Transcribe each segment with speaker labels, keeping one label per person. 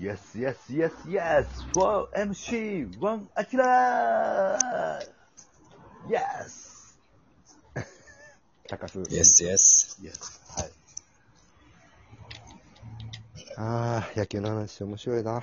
Speaker 1: Yes, yes, yes, yes, for MC1 アキラー !Yes!
Speaker 2: 高須。
Speaker 3: Yes, yes.
Speaker 1: Yes, はい。
Speaker 2: ああ、野球の話面白いな。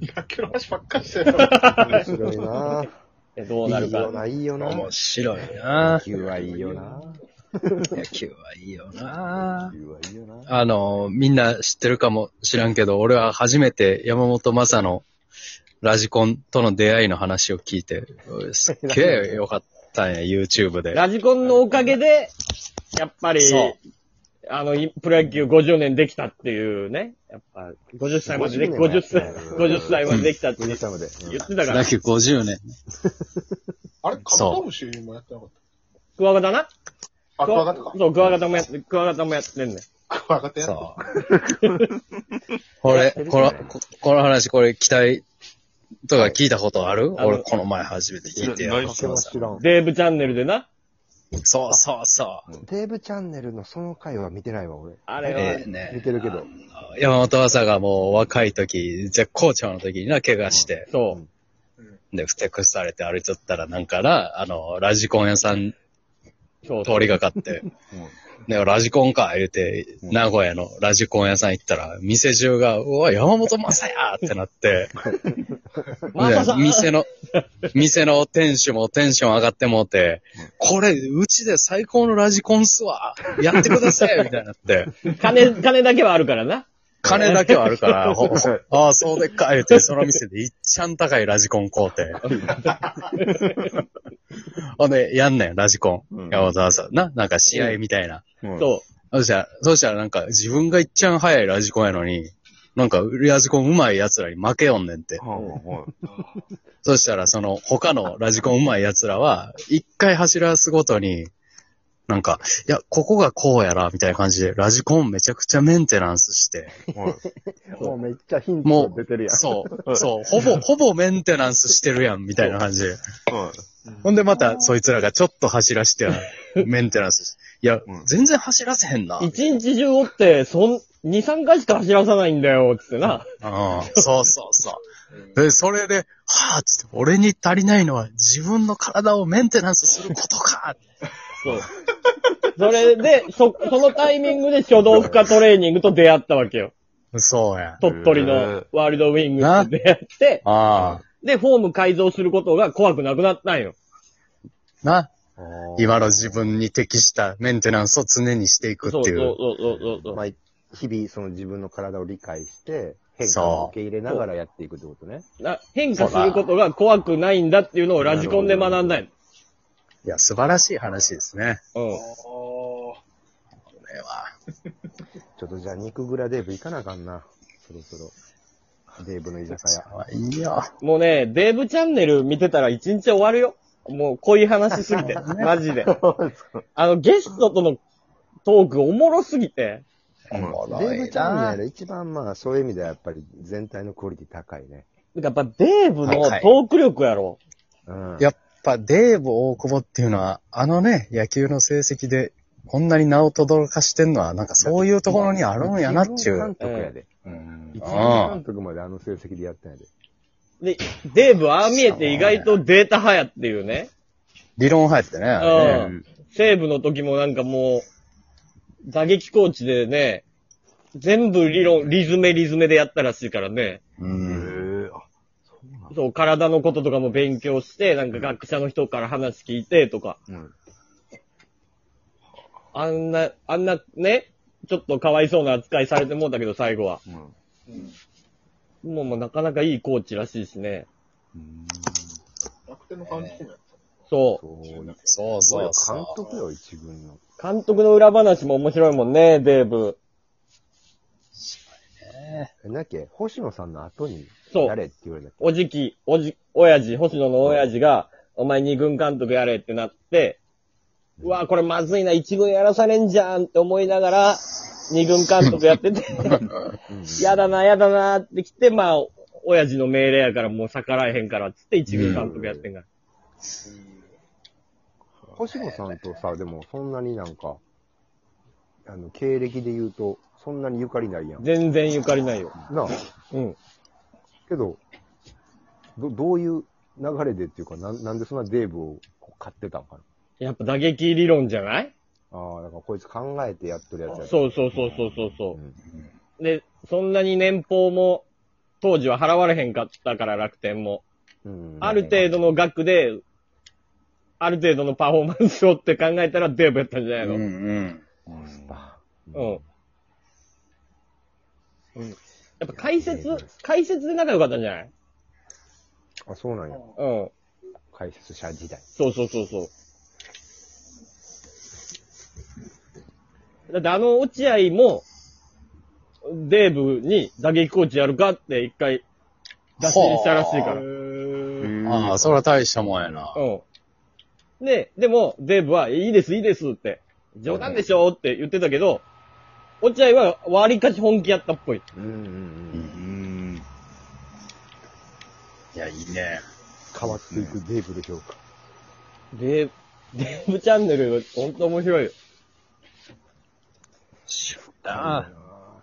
Speaker 4: 野球の話ばっかりしてるな。
Speaker 2: 面白いな。
Speaker 5: えどうなる
Speaker 2: いいよ
Speaker 5: か。
Speaker 2: な、いいよな。
Speaker 3: 面白い
Speaker 2: 野
Speaker 3: な
Speaker 2: 球はいいよな。
Speaker 3: 野球はいいよな
Speaker 1: 言うはいいよな。
Speaker 3: あの、みんな知ってるかもしらんけど、俺は初めて山本正のラジコンとの出会いの話を聞いて、すっげえよかったんや、YouTube で。
Speaker 5: ラジコンのおかげで、やっぱり
Speaker 3: そう、
Speaker 5: あの、いプロ野球50年できたっていうね。やっぱ、50歳までで、50歳、50歳までできたって言
Speaker 2: 50
Speaker 5: って
Speaker 2: 歳まで。うん
Speaker 5: たか
Speaker 3: だ
Speaker 5: ら、
Speaker 3: けど50年。
Speaker 4: あれカブトムシもやってなかっ
Speaker 5: クワガタな
Speaker 4: た。あ、クワガタか。
Speaker 5: そう、クワガタもやって、クワガタもやってんねん。
Speaker 4: クワガタやった。
Speaker 3: そう。これ、この、ここの話、これ期待とか聞いたことある、
Speaker 5: はいあ
Speaker 3: 俺
Speaker 5: の
Speaker 3: この前初めて聞いて。
Speaker 1: いやないっ
Speaker 2: それは知らん。
Speaker 5: デーブチャンネルでな。
Speaker 3: そうそうそう。
Speaker 2: デーブチャンネルのその回は見てないわ、俺。
Speaker 5: あれは、
Speaker 3: ええ
Speaker 2: 見
Speaker 3: ね。
Speaker 2: てるけど。
Speaker 3: 山本朝がもう若い時、絶好調の時にな、怪我して。
Speaker 5: そう。
Speaker 3: で、ふてくされて歩いちゃったら、なんかな、あの、ラジコン屋さん
Speaker 5: そう
Speaker 3: 通りがかって、で、ラジコンか、言うて、名古屋のラジコン屋さん行ったら、店中が、うわ、山本正也ってなって、
Speaker 5: マサさん
Speaker 3: で店の、店の店主もテンション上がってもうて、これ、うちで最高のラジコンっすわ、やってください、みたいになって、
Speaker 5: 金、金だけはあるからな。
Speaker 3: 金だけはある から、ほほああ、そうでっか、言うて、その店でいっちゃん高いラジコン買う て。ほんで、やんねん、ラジコン。
Speaker 1: うん
Speaker 3: いや、わざわざ。な、なんか試合みたいな。
Speaker 1: そう。
Speaker 5: そ
Speaker 3: そしたら、そしたらなんか、自分がいっちゃん早いラジコンやのに、なんか、ラジコン上手い奴らに負けよんねんって。
Speaker 1: はいはい
Speaker 3: そしたら、その、他のラジコン上手い奴らは、一回走らすごとに、なんか、いや、ここがこうやら、みたいな感じで、ラジコンめちゃくちゃメンテナンスして、
Speaker 1: はい。
Speaker 2: もうめっちゃヒン
Speaker 3: も
Speaker 2: ト
Speaker 3: う
Speaker 2: 出てるやん。
Speaker 3: そう、そう、ほぼ、ほぼメンテナンスしてるやん、みたいな感じで。
Speaker 1: はい。
Speaker 3: ほんでまた、そいつらがちょっと走らしては、メンテナンスして。いや
Speaker 1: う、ん
Speaker 3: 全然走らせへんな。
Speaker 5: う。一日中おって、そん、二、三回しか走らさないんだよ、つってな。
Speaker 3: うん、そうそうそう。で、それで、はぁ、つって、俺に足りないのは自分の体をメンテナンスすることか。
Speaker 5: そう。それで、そ、そのタイミングで初動負荷トレーニングと出会ったわけよ。
Speaker 3: そうや。
Speaker 5: 鳥取のワールドウィングと出会って、
Speaker 3: ああ。
Speaker 5: で、フォーム改造することが怖くなくなったんよ。
Speaker 3: な。今の自分に適したメンテナンスを常にしていく
Speaker 5: そう
Speaker 3: って
Speaker 5: そ
Speaker 3: いうう。
Speaker 5: そうそうそう。
Speaker 2: まあ、日々その自分の体を理解して、変化
Speaker 3: そう
Speaker 2: を受け入れながらやっていくってことね。
Speaker 5: な変化することが怖くないんだっていうのをラジコンで学んだんよ。
Speaker 3: いや、素晴らしい話ですね。
Speaker 5: うん。
Speaker 3: これは。
Speaker 2: ちょっとじゃあ肉グラデーブ行かなあかんな。そろそろ。デーブの居酒屋。
Speaker 3: いいよ。
Speaker 5: もうね、デーブチャンネル見てたら一日終わるよ。もうこういう話すぎ て。マジで。あの、ゲストとのトークおもろすぎて。
Speaker 2: デーブチャンネル一番まあそういう意味ではやっぱり全体のクオリティ高いね。
Speaker 5: なんかやっぱデーブのトーク力やろ。
Speaker 2: うん。
Speaker 3: やっぱデーブ大久保っていうのは、あのね、野球の成績で、こんなに名を轟かしてんのは、なんかそういうところにあるんやなっちゅ
Speaker 2: 一軍監
Speaker 3: う。
Speaker 2: 督やで。
Speaker 3: うん
Speaker 2: 一軍監督まであの成績でやってないで。
Speaker 5: で、デーブああ見えて意外とデータ派やっていうね。
Speaker 3: 理論入ってね。あれね
Speaker 5: うん。西武の時もなんかもう、打撃コーチでね、全部理論、リズメリズメでやったらしいからね。
Speaker 3: うん。
Speaker 1: へえ、あ、そうなんだ
Speaker 5: そう、体のこととかも勉強して、なんか学者の人から話聞いてとか。
Speaker 1: うん。
Speaker 5: あんな、あんなね、ちょっとかわいそうな扱いされてもうたけど、最後は。
Speaker 1: うん。
Speaker 5: もうもうなかなかいいコーチらしいしね。
Speaker 1: うん
Speaker 4: 楽天の監督もやって
Speaker 5: そ
Speaker 2: そう。
Speaker 3: そうそうそう。
Speaker 2: 監督よ、一軍の。
Speaker 5: う。監督の裏話も面白いもんね、デーブ。
Speaker 2: えなんだっけ、星野さんの後に、
Speaker 5: そう
Speaker 2: 誰って言われたっ
Speaker 5: おじき、おじ、親父、星野の親父が、お前二軍監督やれってなって、うわ、これまずいな、一軍やらされんじゃんって思いながら、二軍監督やってて、やだな、やだなってきて、まあ、親父の命令やからもう逆らえへんからっつって一軍監督やってんから。
Speaker 2: け星野さんとさ、でもそんなになんか、あの、経歴で言うと、そんなにゆかりないやん。
Speaker 5: 全然ゆかりないよ。
Speaker 2: なあ
Speaker 5: うん。
Speaker 2: けど、ど、どういう流れでっていうか、なんなんでそんなデーブをこう買ってたんかな。
Speaker 5: やっぱ打撃理論じゃない
Speaker 2: ああ、だからこいつ考えてやっとるやつや
Speaker 5: そうそうそうそうそうそう
Speaker 2: う。ん。
Speaker 5: う。で、そんなに年俸も、当時は払われへんかったから楽天も。
Speaker 2: うん。
Speaker 5: ある程度の額で、ある程度のパフォーマンスをって考えたらデーブやったんじゃないの、
Speaker 3: う
Speaker 5: うん、
Speaker 3: うんん。
Speaker 5: うん。やっぱ解説、解説で仲良かったんじゃない
Speaker 2: あ、そうなんや。
Speaker 5: うん。
Speaker 2: 解説者時代。
Speaker 5: そうそうそうそう。だってあの落合も、デーブに打撃コーチやるかって一回、打診したらしいから。
Speaker 3: ああ、そら大したもんやな。
Speaker 5: うん。で、でも、デーブは、いいです、いいですって、冗談でしょって言ってたけど、落合は割りかし本気やったっぽい。
Speaker 2: うんうんう。
Speaker 3: うんん。いや、いいね。
Speaker 2: 変わっていくデーブでしょうか。
Speaker 5: デーブ、デーブチャンネル、ほんと面白いよ。ああ、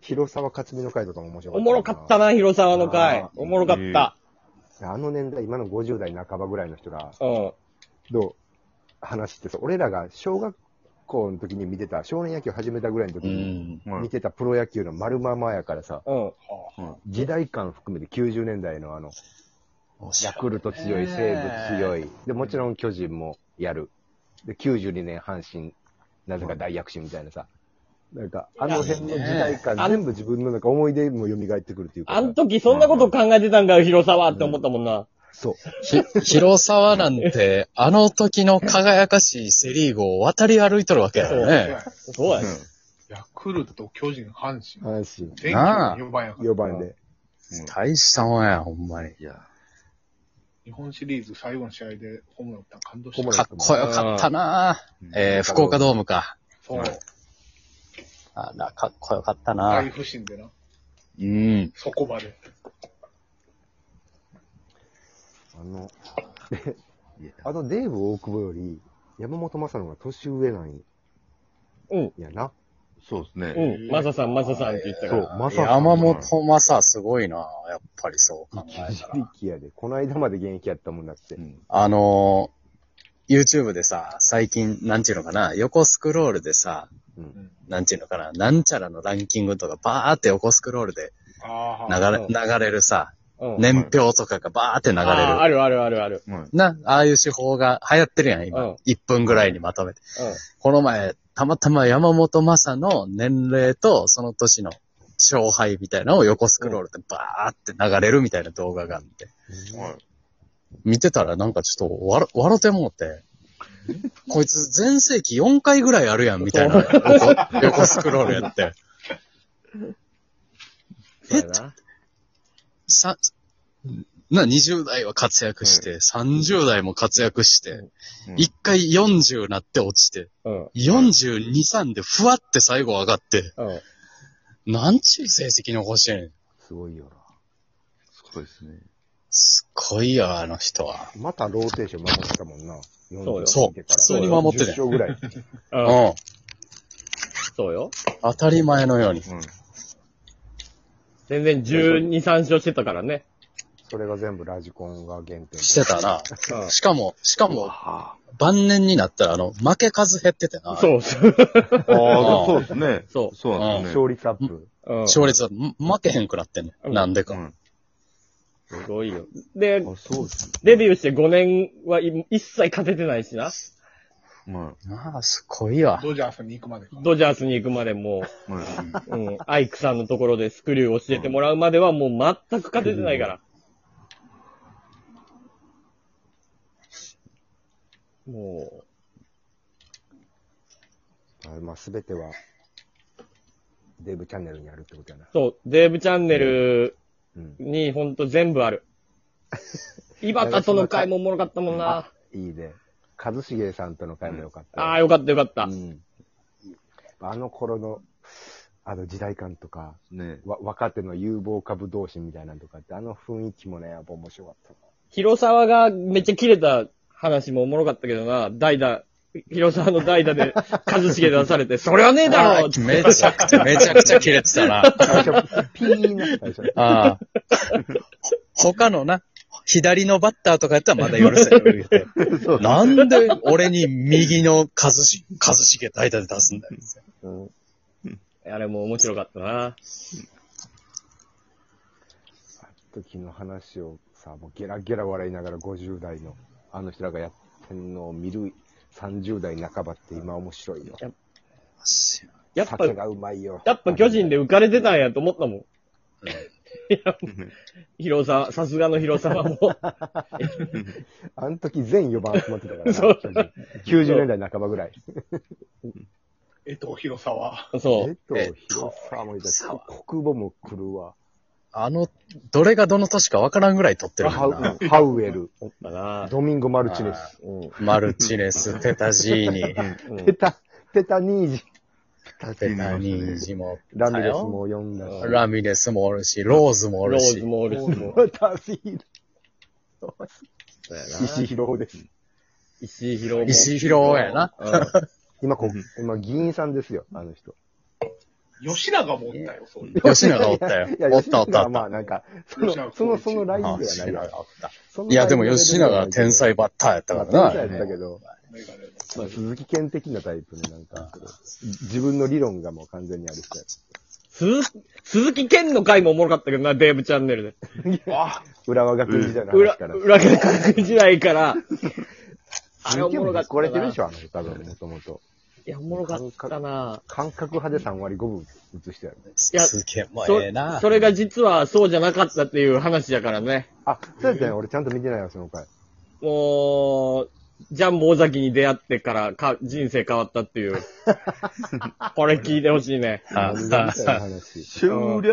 Speaker 2: 広沢克美の回とかも面白か
Speaker 5: お
Speaker 2: った。
Speaker 5: もろかった。な、広沢の
Speaker 2: あ
Speaker 5: 回
Speaker 2: あ。
Speaker 5: おもろかった。
Speaker 2: あの年代、今の50代半ばぐらいの人が、
Speaker 5: うん。
Speaker 2: の話ってさ、俺らが小学校の時に見てた、少年野球始めたぐらいの時
Speaker 3: う
Speaker 2: に
Speaker 3: ん。
Speaker 1: うん
Speaker 2: 見てたプロ野球の丸ままやからさ、
Speaker 5: うん。
Speaker 2: 時代感含めて90年代のあの、ヤクルト強い、西武強い、で、もちろん巨人もやる。で、92年阪神、なぜか大躍進みたいなさ、なんか、あの辺の時代
Speaker 5: いや
Speaker 2: 感、
Speaker 5: ね
Speaker 2: 全部自分のなんか思い出も蘇ってくるっていうか
Speaker 5: あ、ん時そんなこと考えてたんか、広沢って思ったもんな。
Speaker 2: そう。
Speaker 3: ひ広沢なんて、あの時の輝かしいセリーグを渡り歩いとるわけだよね。
Speaker 5: そうやね。
Speaker 4: ヤクルト、巨人、阪神。
Speaker 2: 阪
Speaker 4: 全球
Speaker 3: なあ
Speaker 4: 4番やか
Speaker 2: 神、
Speaker 4: ら
Speaker 2: 4。番で。
Speaker 3: 大したもんや、ほんまに。
Speaker 1: いや、
Speaker 4: 日本シリーズ最後の試合でホームラン打ったの感動し
Speaker 2: ホーム
Speaker 4: た。
Speaker 2: ラ
Speaker 3: かっこよかったな
Speaker 1: うん
Speaker 3: えー、福岡ドームか。
Speaker 4: そう。
Speaker 3: あら、かっこよかったな
Speaker 4: 大不振でな。
Speaker 3: うん。
Speaker 4: そこまで。
Speaker 2: あの、
Speaker 1: いや、
Speaker 2: あのデーブ大久保より、山本正野が年上なん
Speaker 5: うん。
Speaker 2: やな。
Speaker 1: そうです
Speaker 5: う
Speaker 1: ね。
Speaker 5: ん。マサさん、マサさんって言ってたか
Speaker 2: そう
Speaker 5: ら。、
Speaker 2: まさ
Speaker 3: 山本正すごいなやっぱりそう考えたら
Speaker 2: 自力やで。この間まで現役やったもんだって
Speaker 1: う。ん。
Speaker 3: あのー、YouTube でさ、最近、なんていうのかな、横スクロールでさ、
Speaker 2: うん。
Speaker 3: なんていうのかな、なんちゃらのランキングとか、バーって横スクロールで
Speaker 4: あ
Speaker 3: 流
Speaker 4: あ。
Speaker 3: れ、流れるさ、
Speaker 5: うん。
Speaker 3: 年表とかがバーって流
Speaker 5: ああ、
Speaker 3: れ
Speaker 5: あ
Speaker 3: る。
Speaker 5: るあるあるある。
Speaker 1: うん。
Speaker 3: な、ああいう手法が流行ってるやん、
Speaker 5: うん
Speaker 3: 今。1分ぐらいにまとめて。
Speaker 5: うん。
Speaker 3: この前、たまたま山本正の年齢とその年の勝敗みたいなのを横スクロールでバーって流れるみたいな動画があって。
Speaker 1: はい。
Speaker 3: 見てたらなんかちょっとわろ、笑うてもうて。こいつ全盛期4回ぐらいあるやんみたいな横横スクロールやって。
Speaker 2: そうやな。
Speaker 3: さ、な、20代は活躍して、30代も活躍して、
Speaker 1: うん
Speaker 3: 一回40なって落ちて、
Speaker 5: うん。
Speaker 3: 42、3でふわって最後上がって、
Speaker 5: うん。
Speaker 3: なんちゅう成績残してん。
Speaker 2: すごいよ
Speaker 1: すごいですね。
Speaker 3: すっごいよ、あの人は。
Speaker 2: な。またローテーション守ってたもんな。
Speaker 5: そうよ
Speaker 3: そう
Speaker 2: 40
Speaker 3: 普通に守って
Speaker 2: 10
Speaker 3: ね
Speaker 2: 勝ぐらい。
Speaker 3: う
Speaker 5: うん。
Speaker 3: ん。
Speaker 5: そうよ。
Speaker 3: 当たり前のように。
Speaker 1: うん。
Speaker 5: 全然12、3勝してたからね。
Speaker 2: それが全部ラジコンが原点。
Speaker 3: してたな。
Speaker 5: うん。
Speaker 3: しかも、しかも、
Speaker 1: は
Speaker 3: 晩年になったら、あの、負け数減っててな。
Speaker 5: そうそう。
Speaker 1: あ。ああ、そうですね。
Speaker 5: そう
Speaker 1: そうなんですね。
Speaker 2: 勝率アップ。
Speaker 5: うん。
Speaker 3: 勝率はん負けへんくなってんね、
Speaker 5: うん
Speaker 3: ん。なんでか。
Speaker 1: うん
Speaker 5: すごいよ。で、
Speaker 1: あ、そうです
Speaker 5: デビューして5年はい一切勝ててないしな。
Speaker 1: ね。は
Speaker 3: ああ、すごいわ。
Speaker 4: ドジャースに行くまでか。
Speaker 5: ドジャースに行くまでも
Speaker 1: い。は
Speaker 5: う、うん、アイクさんのところでスクリュー教えてもらうまではもう全く勝ててないから。も
Speaker 2: あまあ、すべては、デーブチャンネルにあるってことやな
Speaker 5: う、。そう、デーブチャンネル
Speaker 2: うん。
Speaker 5: にほんと全部ある。井端との回もおもろかったもんな。
Speaker 2: いいね。一茂さんとの会もよかった。
Speaker 5: ああ、よかったよかった
Speaker 2: う。ん。あの頃の、あの時代感とか、
Speaker 1: い。ね
Speaker 2: わ若手の有望株同士みたいなのとかって、あの雰囲気もね、やっぱ面白かったな。
Speaker 5: 広沢がめっちゃ切れた話もおもろかったけどな、代打、広沢の代打で、一茂出されて、それはねえだろ
Speaker 3: めちゃくちゃ、めちゃくちゃ切れてたな。
Speaker 2: 最初、ピーな最初。
Speaker 3: ああ。他のな、左のバッターとかやったらまだ許せる言うて。なんで俺に右の数し、数しげ代打で出すんだよ。
Speaker 5: うん。あれも面白かったな。
Speaker 2: あの時の話をさ、もうゲラゲラ笑いながら50代のあの人らがやってんのを見る30代半ばって今面白いよ。
Speaker 5: やっぱ、
Speaker 2: 酒が
Speaker 5: や
Speaker 2: うまいよ。
Speaker 5: っぱ巨人で浮かれてたんやと思ったもん。 広沢、さすがの広沢 も。
Speaker 2: あの時全4番集まってたからな。
Speaker 5: そう
Speaker 2: 巨人90年代半ばぐらい。
Speaker 4: えっと、広沢。
Speaker 5: そ
Speaker 2: えっ
Speaker 5: う。
Speaker 2: と、
Speaker 3: えっと
Speaker 2: 広沢もいたし
Speaker 3: 広、
Speaker 2: 国母も来るわ。
Speaker 3: あの、どれがどの年かわからんぐらい取ってる
Speaker 2: ハ
Speaker 3: もんな。
Speaker 2: ウハウエル、
Speaker 5: だな。
Speaker 2: ドミンゴ・マルチネス、
Speaker 5: うん。
Speaker 3: マルチネス、ペタジーニ、
Speaker 5: うん
Speaker 2: ペタ、ペタニージ、
Speaker 3: ペタニージも、
Speaker 2: ラミレスも呼んだし、
Speaker 3: ラミレスもおるし、ローズもおる
Speaker 5: ローズ
Speaker 3: し、
Speaker 5: もおるし。
Speaker 2: ま たフィール
Speaker 5: そうやな
Speaker 2: 石広です。
Speaker 5: 石井博も。
Speaker 3: 石広やな。
Speaker 5: うん
Speaker 2: 今こ、今、議員さんですよ、あの人。
Speaker 4: 吉永もおったよ、そういう。
Speaker 3: 吉永おったよ
Speaker 2: いや。
Speaker 3: おったおっ
Speaker 2: 吉永
Speaker 3: た
Speaker 2: は
Speaker 3: おっ
Speaker 2: ま
Speaker 3: た
Speaker 2: あ、。なんか、その、その、そのラインでは
Speaker 3: あ
Speaker 2: ない
Speaker 3: 吉
Speaker 2: よ
Speaker 3: 永おった。いや、でも吉永は天才バッターやった
Speaker 2: まあ
Speaker 3: か
Speaker 2: 天才
Speaker 3: ら
Speaker 2: やった
Speaker 3: な。
Speaker 2: けど、
Speaker 4: メガネの。
Speaker 2: まあ鈴木健的なタイプのなんか、自分の理論がもう完全にある人やった
Speaker 5: 鈴鈴木健の回もおもろかったけどな、デーブチャンネルで。
Speaker 4: あ、
Speaker 2: 浦和学院時代の
Speaker 5: 裏、
Speaker 2: 話から。
Speaker 5: 裏学時 代から。あれお
Speaker 2: 鈴木
Speaker 5: も
Speaker 2: も
Speaker 5: ろかったな。
Speaker 2: これてるでしょ、あの人、多分、もともと。
Speaker 5: いや、おもろかったな。
Speaker 2: 感覚派で3割5分映してやる。
Speaker 5: いや
Speaker 3: すげえ、もう
Speaker 5: そ
Speaker 3: ええな。
Speaker 5: それが実はそうじゃなかったっていう話だからね。
Speaker 2: あ、そうやったね。俺ちゃんと見てないわ、その回。
Speaker 5: もう、ジャンボ尾崎に出会ってからか人生変 わったっていう。これ聞いてほしいね。
Speaker 3: あ
Speaker 2: 何が見たいな話。
Speaker 1: 終了